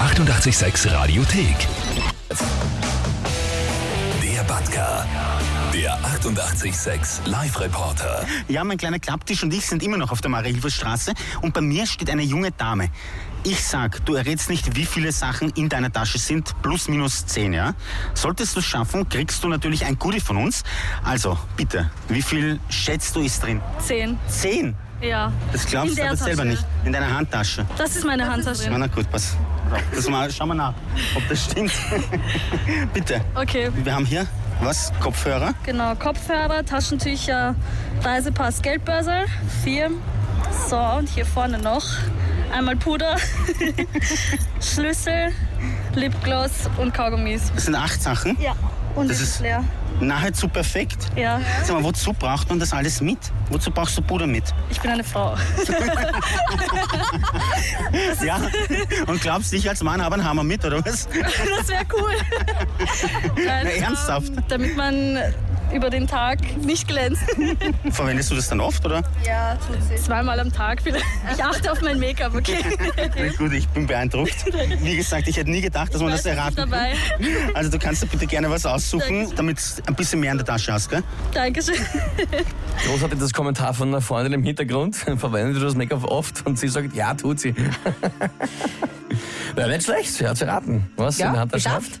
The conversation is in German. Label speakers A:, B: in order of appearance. A: 886 Radiothek. Der Batka. Der 886 Live-Reporter.
B: Ja, mein kleiner Klapptisch und ich sind immer noch auf der Marie-Hilfer-Straße und bei mir steht eine junge Dame. Ich sag, du errätst nicht, wie viele Sachen in deiner Tasche sind, plus minus 10, ja? Solltest du es schaffen, kriegst du natürlich ein Goodie von uns. Also, bitte, wie viel schätzt du ist drin?
C: 10.
B: 10?
C: Ja.
B: Das
C: In
B: glaubst du
C: der
B: aber selber
C: Tasche.
B: nicht. In deiner Handtasche.
C: Das ist meine
B: Na,
C: Handtasche.
B: na gut, pass. Das mal, schau mal nach, ob das stimmt. bitte.
C: Okay.
B: Wir haben hier, was? Kopfhörer?
C: Genau. Kopfhörer, Taschentücher, Reisepass, Geldbörse. Vier. So, und hier vorne noch. Einmal Puder, Schlüssel, Lipgloss und Kaugummis.
B: Das sind acht Sachen.
C: Ja. Und
B: Das
C: es
B: ist-
C: ist leer.
B: Nahezu perfekt.
C: Ja.
B: Sag mal, wozu braucht man das alles mit? Wozu brauchst du Puder mit?
C: Ich bin eine Frau.
B: Ja. Und glaubst, ich als Mann habe einen Hammer mit, oder was?
C: Das wäre cool. Nein,
B: Na, ernsthaft?
C: ähm, damit man über den Tag nicht glänzt.
B: Verwendest du das dann oft, oder?
C: Ja, tut sie. Zweimal am Tag vielleicht. Ich achte auf mein Make-up, okay?
B: Gut, ich bin beeindruckt. Wie gesagt, ich hätte nie gedacht, dass man das erraten kann.
C: Dabei.
B: Also du kannst dir bitte gerne was aussuchen,
C: Dankeschön.
B: damit du ein bisschen mehr in der Tasche hast, gell?
C: Dankeschön.
D: Großartig das Kommentar von einer Freundin im Hintergrund. Verwendet du das Make-up oft? Und sie sagt, ja, tut sie. Wäre nicht schlecht, sie hat erraten. Was?
E: Ja,
D: in der Hand der
E: geschafft.
D: Schaft?